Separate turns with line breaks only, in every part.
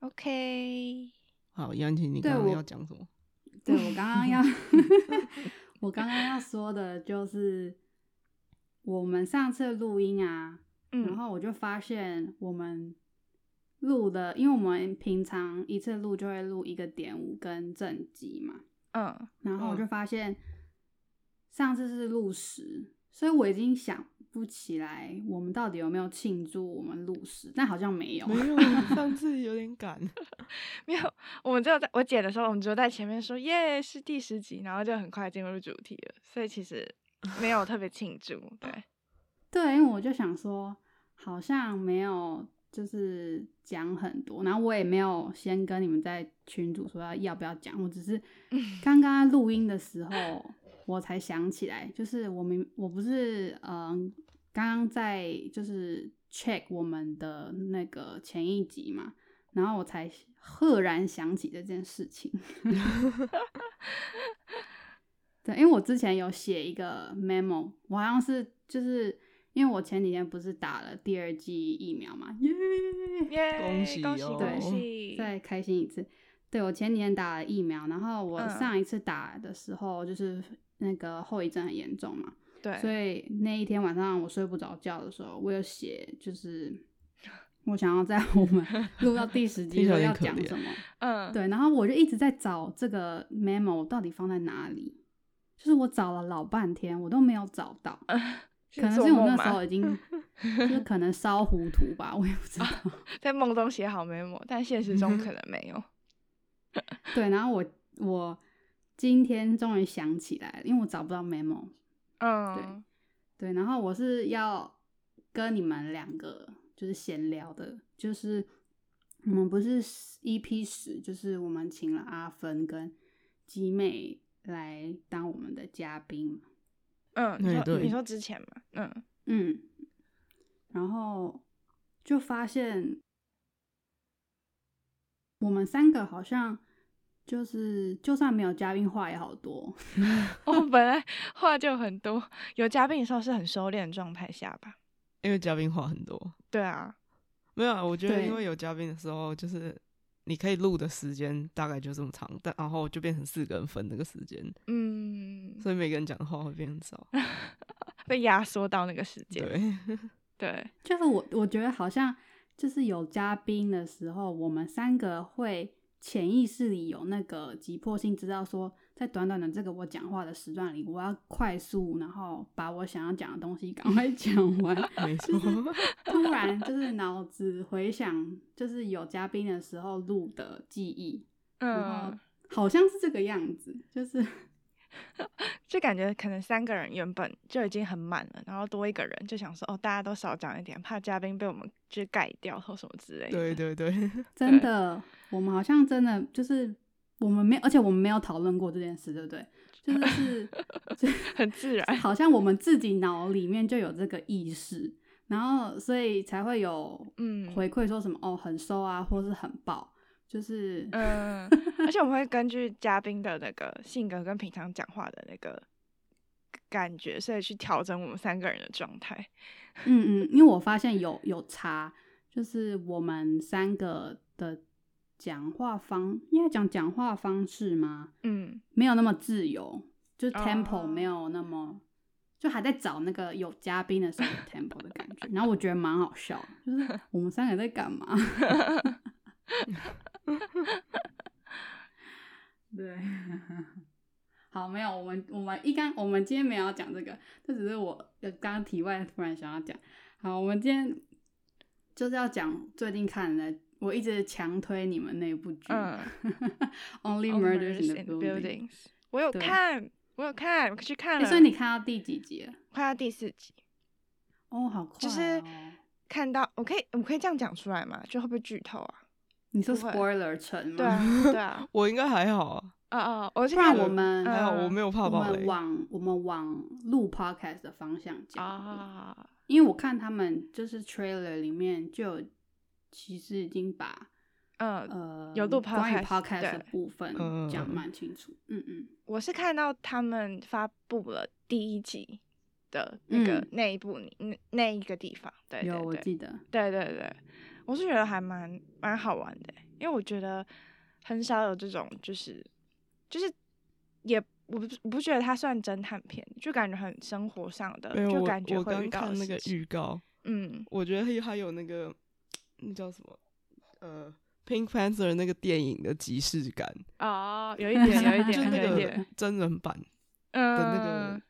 OK，
好，杨琴，你
对
刚刚
我
要讲什么？
对我刚刚要，我刚刚要说的就是，我们上次录音啊，然
嗯，
后我就发现我们录的，因为我们平常一次录就会录一个点五跟正集嘛，
嗯，
然后我
嗯
就发现上次是录十，所以我已经想不起来我们到底有没有庆祝我们录十，但好像没有。
没 有，上次有点赶。
没有，我们只有在我剪的时候，我们只有在前面说耶是第十集，然后就很快进入主题了，所以其实没有特别庆祝， 对，
对，因为我就想说，好像没有就是讲很多，然后我也没有先跟你们在群组说要要不要讲，我只是刚刚录音的时候我才想起来，就是我明我不是嗯、刚刚在就是 check 我们的那个前一集嘛，然后我才赫然想起这件事情。 对，因为我之前有写一个 memo，我好像是就是因为我前几天不是打了第二剂疫苗嘛，耶、
耶，
恭喜
恭喜
哦
恭喜，
再开心一次。对我前几天打了疫苗，然后我
嗯
上一次打的时候就是那个后遗症很严重嘛，
对，
所以那一天晚上我睡不着觉的时候，我有写就是。我想要在我 们录到第十集
听起
的时
来
候
有点
要
可
讲
怜
什么，
嗯，
对，然后我就一直在找这个 memo 到底放在哪里，就是我找了老半天，我都没有找到，
啊
可能是
做
我
梦
那
吗
时候 已经就是可能烧糊涂吧，我也不知道。
在梦中写好 memo，但现
嗯
实中可能没 有。
对，然后我我今天终于想起来了，因为我找不到 memo。
嗯，
对，然后我是要跟你们两个就是闲聊的，就是我们不是 EP 十，就是我们请了阿芬跟集美来当我们的嘉宾嘛。
嗯，你
哎
说
对
你说之前嘛，嗯
嗯，然后就发现我们三个好像就是，就算没有嘉宾话也好多。
我哦本来话就很多，有嘉宾的时候是很收敛的状态下吧？
因为嘉宾话很多。
对啊，
没有啊，我觉得
对
因为有嘉宾的时候，就是你可以录的时间大概就这么长，但然后就变成四个人分那个时间，
嗯，
所以每个人讲的话会变很少。
被压缩到那个时间。
对，
对
就是我，我觉得好像就是有嘉宾的时候，我们三个会潜意识里有那个急迫性，知道说在短短的这个我讲话的时段里，我要快速，然后把我想要讲的东西赶快 讲完。
没错，
突然就是脑子回想，就是有嘉宾的时候录的记忆，然后
嗯，
好像是这个样子，就是
就感觉可能三个人原本就已经很满了，然后多一个人就想说，哦，大家都少讲一点，怕嘉宾被我们就是盖掉或什么之类的。
对对对，
真的，我们好像真的就是我们没有，而且我们没有讨论过这件事，对 不对？就是是
很自然
好像我们自己脑里面就有这个意识，然后所以才会有
嗯
回馈说什么、哦很收啊，或是很爆，就是
嗯，而且我们会根据嘉宾的那个性格跟平常讲话的那个感觉，所以去调整我们三个人的状态。
嗯嗯，因为我发现有有差，就是我们三个的讲话方，应该讲讲话方式吗？
嗯，
没有那么自由，就是
哦
tempo 没有那么，就还在找那个有嘉宾的 时候的 tempo 的感觉。然后我觉得蛮好笑，就是我们三个在干嘛？ 对。好，没有，我们我们一刚我们今天没有要讲这个，这只是我呃刚刚题外突然想要讲。好，我们今天就是要讲最近看的，我一直强推你们那部剧，
嗯
Only
All Murders
Murders in the
in the
Building。
Buildings，我有
对
看，我有看，我去看
哎，
了。
所以你看到第几集了？
快到第四集，
哦，好快！
就是看到我可以，我可以这样讲出来吗？就会不会剧透啊？
你说
不会
spoiler 城吗？
对啊，对 啊，
我应该还好啊，
啊啊！我去
不然
看
我
了
们
嗯
还好我没有怕
呃我
爆
们
雷。
往我们往录 podcast 的方向讲，
啊，
因为我看他们就是 trailer 里面就有其实已经把
嗯，
呃
有录
关于
podcast，对
的部分
嗯
讲蛮清楚。嗯嗯，
我是看到他们发布了第一集的那个
嗯
那一部里那那一个地方，对对
有我
对
记得，
对对对，我是觉得还蛮蛮好玩的欸，因为我觉得很少有这种，就是就是也我不我不觉得它算侦探片，就感觉很生活上的
没，有
就
我
感觉
我
会遇
刚
到的
看那
事
个
情。
预告，
嗯，
我觉得还有还有那个那叫什么呃 Pink Panther 那个电影的即视感，
哦， 有一点，有一
就
点，
那
有一
个
点，
真人版
嗯，
的那个。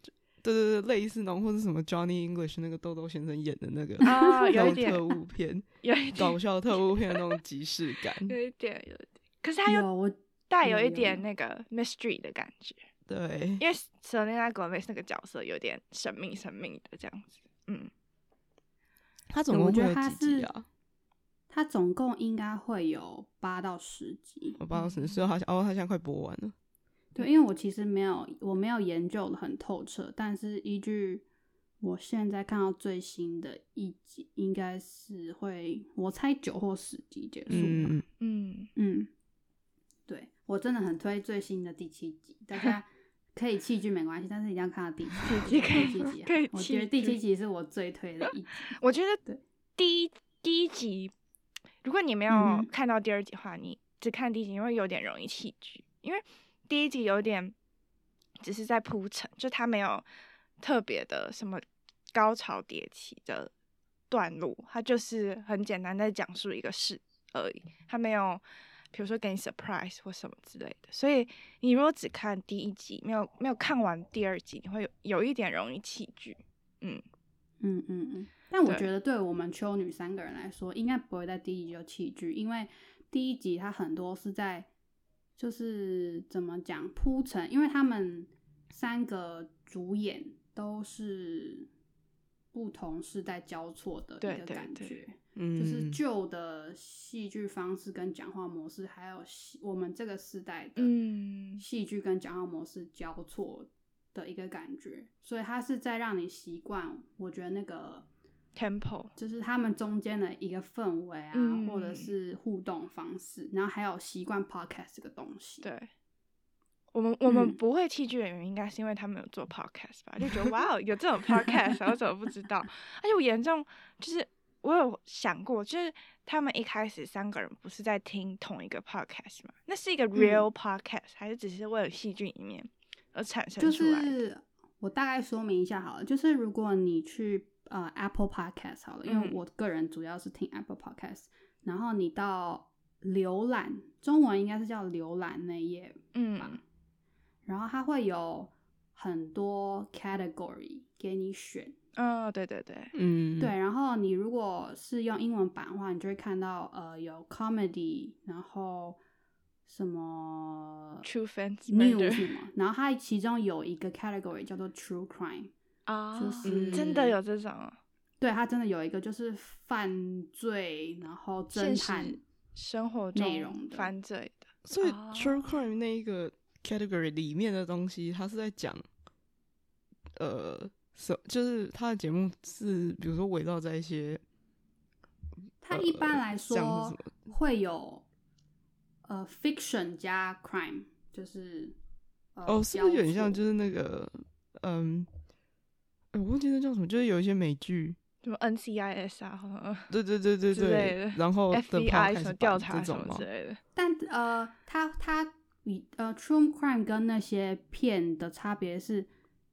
就对对对，类似那种或者什么 Johnny English 那个豆豆先生演的那个
啊
那
有一
种
点
特务 片，
有一点，
搞笑特务片的那种即视感，
有一点，有一点。可是它又
有我
带有
有
一
有
点
有
那个 mystery 的感觉，
对，
因为 Selena Gomez 那个角色有点神秘神秘的这样子。嗯，
他
对
总共
我
会
觉得
有
它
几集
是
啊？
它总共应该会有八到十集。
我不知道是，所以好像哦，他现在快播完了。
对，因为我其实没有，我没有研究的很透彻，但是依据我现在看到最新的一集，应该是会，我猜九或十集结束吧。
嗯，
嗯，
嗯，对我真的很推最新的第七集，大 家可以弃剧没关系，但是一定要看到第七集。
可以
第七集啊，
可以
我
弃
觉得第
剧
七集是我最推的一集。
我觉得
对
第一第一集，如果你没有
嗯
看到第二集的话，你只看第一集，你会有点容易弃剧，因为第一集有点只是在铺陈，就它没有特别的什么高潮迭起的段落，它就是很简单在讲述一个事而已，它没有。比如说给你 surprise 或什么之类的，所以你如果只看第一集，没有没有看完第二集，你会有有一点容易弃剧。
嗯嗯嗯，但我
对
觉得对我们秋女三个人来说，应该不会在第一集就弃剧，因为第一集它很多是在就是怎么讲铺陈，因为他们三个主演都是不同世代交错的
对
一个
对
感觉。
对
嗯，
就是旧的戏剧方式跟讲话模式，还有戏我们这个时代的
嗯
戏剧跟讲话模式交错的一个感觉，所以它是在让你习惯，我觉得那个
，tempo，
就是他们中间的一个氛围啊，
嗯
或者是互动方式，然后还有习惯 podcast 这个东西。
对，我们我们
嗯
不会弃剧的原因，应该是因为他们有做 podcast 吧，就觉 得哇哦，有这种 podcast，然后怎么不知道？而且我严重就是我有想过，就是他们一开始三个人不是在听同一个 podcast 吗？那是一个
嗯
real podcast，、还是只是为了戏剧里面而产生
就
出来的？
是我大概说明一下好了，就是如果你去呃 Apple Podcast 好了，因为
嗯
我个人主要是听 Apple Podcast，、然后你到浏览，中文应该是叫浏览那一页，
嗯
然后它会有很多 category 给你选，
嗯、对对对，
嗯，
对，，然后你如果是用英文版的话，你就会看到呃有 comedy，然后什么
True fans
news
murder
什么，然后它其中有一个 category 叫做 true crime，
啊
就是
真的有这种哦
对它真的有一个就是犯罪，然后
现
侦探
实，生活
内
中
容的
犯罪的，
所以
哦
true crime 那一个 category 里面的东西，它是在讲，呃，什就是他的节目是，比如说围绕在一些，呃
它一般来
像是
说
什
会有呃 fiction 加 crime，就是呃
哦，是不是有点像就是是那个，嗯，呃我忘记那叫什么，就是有一些美剧，
什么 NCIS 啊， 好像
对对对对
之类的
对，然后的
FBI 什
podcast
么
版
调查
这
什
种
么
吗
之？类的。
但呃，它它比呃 true crime 跟那些片的差别是，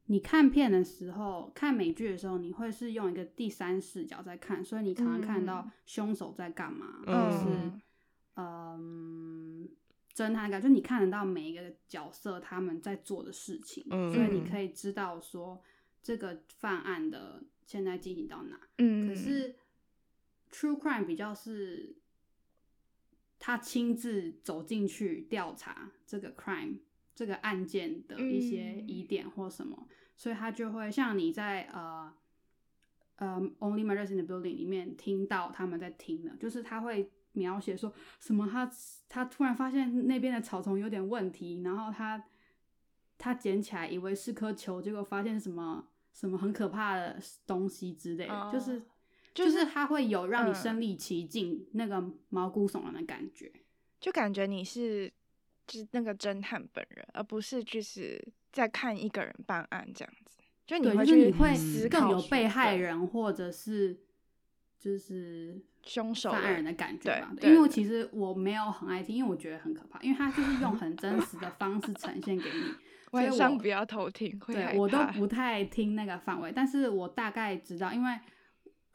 你看片的时候，看美剧的时候，你会是用一个第三视角在看，所以你常常看到
嗯
凶手在干嘛，或者是
嗯
嗯
嗯，侦探感，就你看得到每一个角色他们在做的事情，
嗯
所以你可以知道说这个犯案的现在进行到哪。
嗯，
可是 true crime 比较是他亲自走进去调查这个 crime 这个案件的一些
嗯
疑点或什么，所以他就会像你在呃呃《Only Murders in the Building》里面听到他们在听的，就是他会描写说什么他他突然发现那边的草丛有点问题，然后他他捡起来以为是颗球，结果发现什么什么很可怕的东西之类的，
哦
就是
就
就是是他会有让你
嗯
身临其境、那个毛骨悚然的感觉。
就感觉你是就是那个侦探本人，而不是就是在看一个人办案这样子。就你
对，
会
就是
去
你会
思
更
考
有
说
被害
对
人，或者是就是
凶手
犯
的
案人的感觉
对
吧。
对
因为我
对
其实我没有很爱听，因为我觉得很可怕，因为他就是用很真实的方式呈现给你。所以
晚上
我
不要偷听，会害
对我都
怕
不太听那个范围，但是我大概知道，因为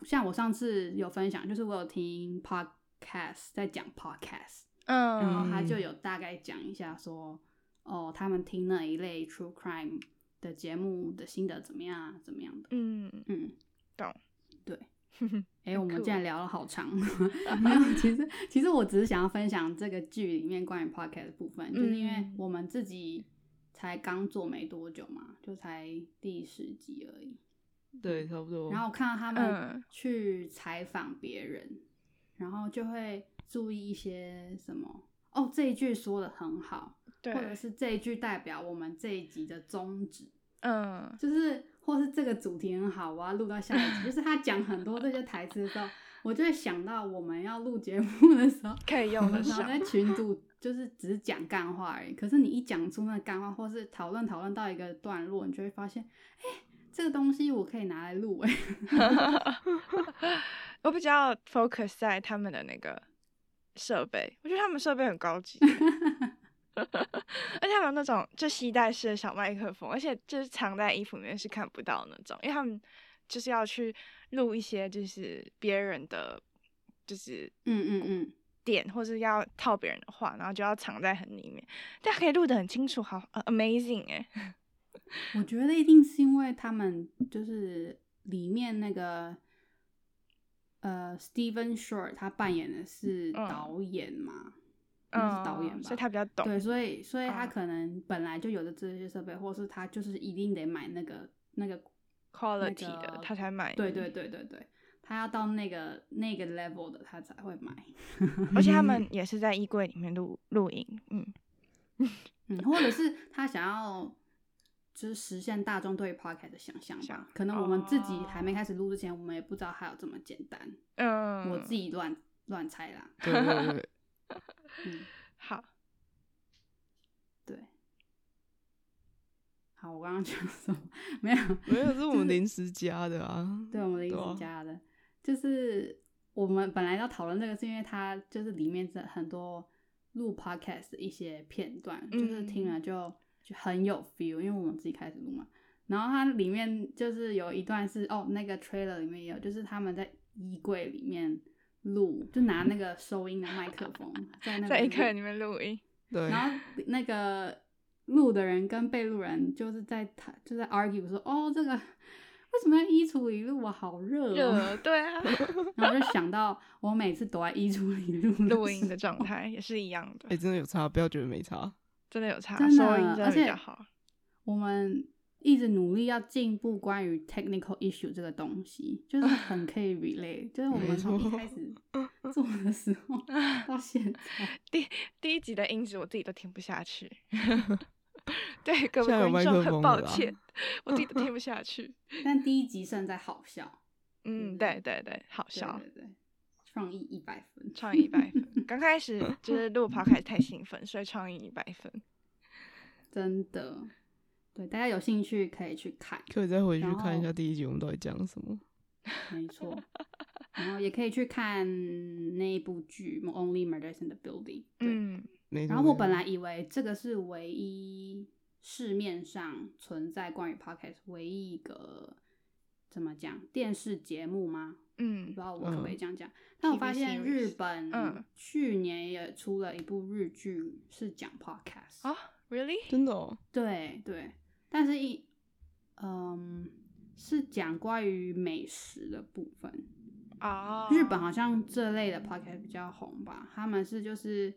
像我上次有分享，就是我有听 podcast 在讲 podcast，然后
嗯
他就
嗯
有大概讲一下说，哦，他们听那一类 true crime 的节目的心得怎么样啊，怎么样的，
嗯，
嗯，
懂，
对。
嗯
哎、
很
我们
酷
竟然聊了好长，哦 没有，其实其实我只是想要分享这个剧里面关于 podcast 的部分，就是因为
嗯
我们自己才刚做没多久嘛，就才第十集而已。
对，差不多。
然后我看到他
嗯
们去采访别人，然后就会注意一些什么哦，这一句说的很好，或
对，
者是这一句代表我们这一集的宗旨，
嗯，
就是或是这个主题很好，我要录到下一集。 就是他讲很多这些台词的时候，我就会想到我们要录节目的时候，
可 以用
我
得
们常
上
常，在群组就是只是讲干话而已。可是你一讲出那个干话，或是讨论讨论到一个段落，你就会发现，哎、这个东西我可以拿来录哎、
我比较 focus 在他们的那个设备，我觉得他们设备很高 级， 而且他们有那种就吸带式的小麦克风，而且就是藏在衣服里面是看不到那种，因为他们就是要去录一些就是别人的就是
嗯嗯嗯，
点，或是要套别人的话，然后就要藏在很里面，但可以录得很清楚，好、呃 amazing 哎、
我觉得一定是因为他们就是里面那个呃，Steven Short 他扮演的是
嗯
导演嘛，应该
嗯，
是导演吧，
所以他比较懂，
对，所以所以他
嗯
可能本来就有的这些设备，或是他就是一定得买那个那个
quality
那
的
个
他才买，
对对，对对对，他要到那个那个 level 的他才会买，
而且他 们也是在衣柜里面录录音，嗯。
嗯，或者是他想要就是实现大众对于 podcast 的想象
想哦
吧。可能我们自己还没开始录之前，我们也不知道它有这么简单，
嗯，
我自己乱乱猜啦。
对对对，
嗯，
好，
对。好，我刚刚讲什么？ 没有，
没有是我们临时加 的啊。
对，我们的艺
对
术
啊
家的，就是我们本来要讨论这个，是因为它就是里面这很多录 podcast 的一些片段，
嗯
就是听了就就很有 feel，因为我们自己开始录嘛。然后它里面就是有一段是哦，那个 trailer 里面也有，就是他们在衣柜里面录，就拿那个收音的麦克风在那
在
边
一个
录
人里面录音，
对，
然后那个录的人跟被录人就是在他就在 argue 说，哦，这个为什么要衣橱里录啊？好热、哦。
热，对啊，
然后我就想到我每次躲在衣橱里录的
录音
时
的状态也是一样的
哎，，真的有差，不要觉得没差。
真的有差，
真
收音
的，
真的
而
比
且
较好，
我们一直努力要进步关于 technical issue 这个东西，就是很可以 relate，就是我们
没
从一
错
开始做的时候 到现在，
第一集的音质我自己都听不下 去，对各
现在有
位观
麦
众
克
很
风
抱
了
啊
啦
歉， 我自己都听不下 去，
但第一集胜在好笑，
嗯，
对
对对对，好
对
笑
对，对，创意一百分，
创意一百 分，刚开始就是录 p 开始太兴奋，所以创意一百分，
真的，对，大家有兴趣可以去看，
可以再回去
然
看一下
后
第一集我们到底讲什么。
没错。然后也可以去看那一部剧《Only Murders in the Building》。对，
嗯
没错
然后我
没错
本来以为这个是唯一市面上存在关于 podcast 唯一一个怎么讲电视节目吗？不
嗯
知道我可不可以
嗯
这样讲。但我
TV
发现日
series 嗯
本去年也出了一部日剧是讲 podcast
啊，really，
真的哦，
对对，但是一嗯是讲关于美食的部分。
哦，
日本好像这类的 podcast 比较红吧，他们是就是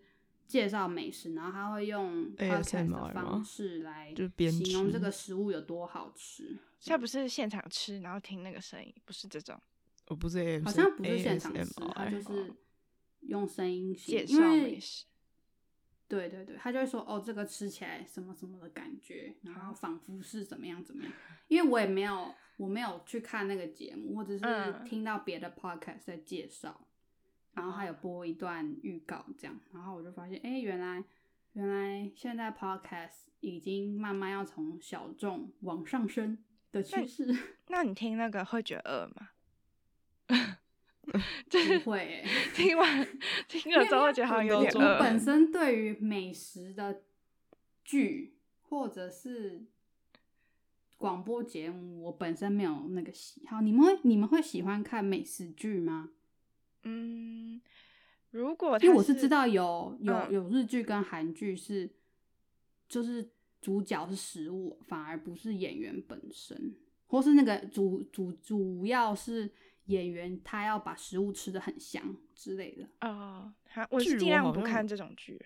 介绍美食，然后他会用 podcast
ASMR
的方
吗
式来
就边
形容
吃
这个食物有多好吃。
现在不是现场吃，然后听那个声音，不是这种，
我哦不是 AS,
好像不是现场吃，它
ASMR
就是用声音形
介
因
绍
为
美食，
对对对，他就会说哦，这个吃起来什么什么的感觉，然后仿佛是怎么样怎么样。因为我也没有，我没有去看那个节目，我只是
嗯
听到别的 podcast 在介绍，然后还有播一段预告这样，然后我就发现，哎，原来原来现在 podcast 已经慢慢要从小众往上升的趋势。
那你听那个会觉得饿吗？就是
不会欸、
听完 听了之后觉得好像有
因为
点
因为
我
呃
本
饿。
身对于美食的剧或者是广播节目，我本身没有那个喜好。你们会你们会喜欢看美食剧吗？
嗯，如果
因
它
为我是知道有有、
嗯
有日剧跟韩剧是，就是主角是食物，反而不是演员本身，或是那个主主主要是演员他要把食物吃的很香之类的。
哦，还我
剧
是尽
我
量
好
不
像
看这种剧，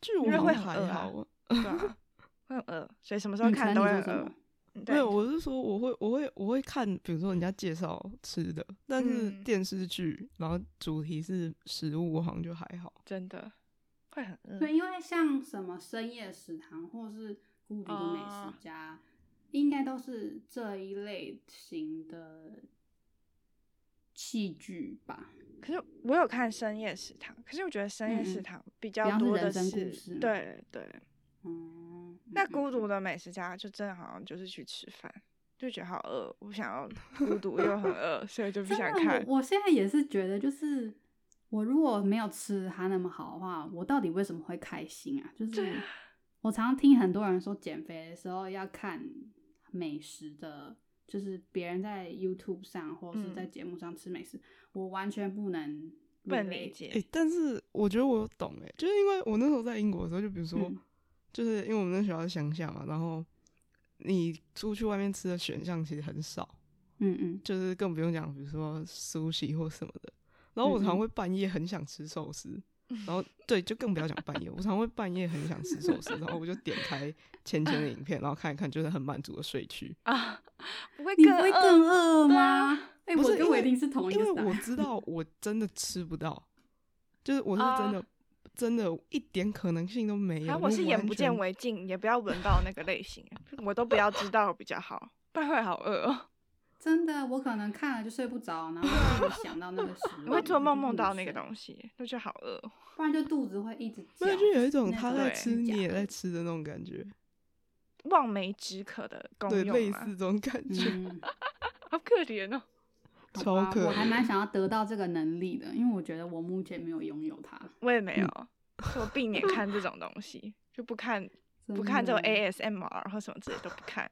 剧我
因为
好
会
像
很
还
饿啊
好啊，
对 啊，会很饿，所以什么时候
嗯
看
陈
都
你
会
说
很
什
饿
么。
嗯
没有，
对，
我是说我会我会我会看，比如说人家介绍吃的，但是
嗯
电视剧然后主题是食物，我好像就还好。
真的会很饿。
对，因为像什么深夜食堂或是孤独的美
哦
食家，应该都是这一类型的戏剧吧。
可是我有看《深夜食堂》，可是我觉得《深夜
嗯
食
嗯
堂》比
比
较
方是
多的
人生故
是，
事嘛
对对。
嗯，
那
嗯
孤独
嗯
的美食家就真的好像就是去吃饭，就觉得好饿，我想要孤独又很饿，所以就不
真
想
的，
看。
我我现在也是觉得，就是我如果没有吃它那么好的话，我到底为什么会开心啊？就是
对啊
我常常听很多人说，减肥的时候要看美食的，就是别人在 YouTube 上或是
嗯
在节目上吃美食，我完全不能
不能
relate
理。
诶、
解，
但是我觉得我有懂诶、就是因为我那时候在英国的时候，就比如说，
嗯
就是因为我们那学校在乡下嘛，然后你出去外面吃的选项其实很少，
嗯嗯，
就是更不用讲，比如说苏西或什么的。然后我
嗯嗯
常会半夜很想吃寿司，然后对，就更不要讲半夜，我常会半夜很想吃寿司，然后我就点开芊芊的影片，然后看一看，就是很满足的睡去。
啊， 不会
你
更
不会
饿
更饿
对
吗
啊？
哎、
不
我
是
跟
因
我一
为
定是同一
因为
个 style
我知道我真的吃不到，就是我
啊
是真的、真的一点可能性都没有。
啊，我
就是
眼
完
不
全
见为净，也不要闻到那个类型，啊我都不要知道比较好，不然会好饿哦。
真的，我可能看了就睡不着，然后就一直想到那个食物，
我会做梦梦到那
那
个东西，就觉得好饿哦。
不然就肚子会一直叫。
没有，就有一种
那
他
种
在
对
吃，你
假
也
的
在吃的那种感觉，
望梅止渴的功
对，
用
类
嘛
似，这种感 觉，
嗯，
好可怜哦。
好
超
吧
可
我还
怜
蛮想要得到这个能力的，因为我觉得我目前没有拥有它。
我也没有，所以我避免看这种东西，就不看不
真
看这种
的
ASMR 或什么之类都不看。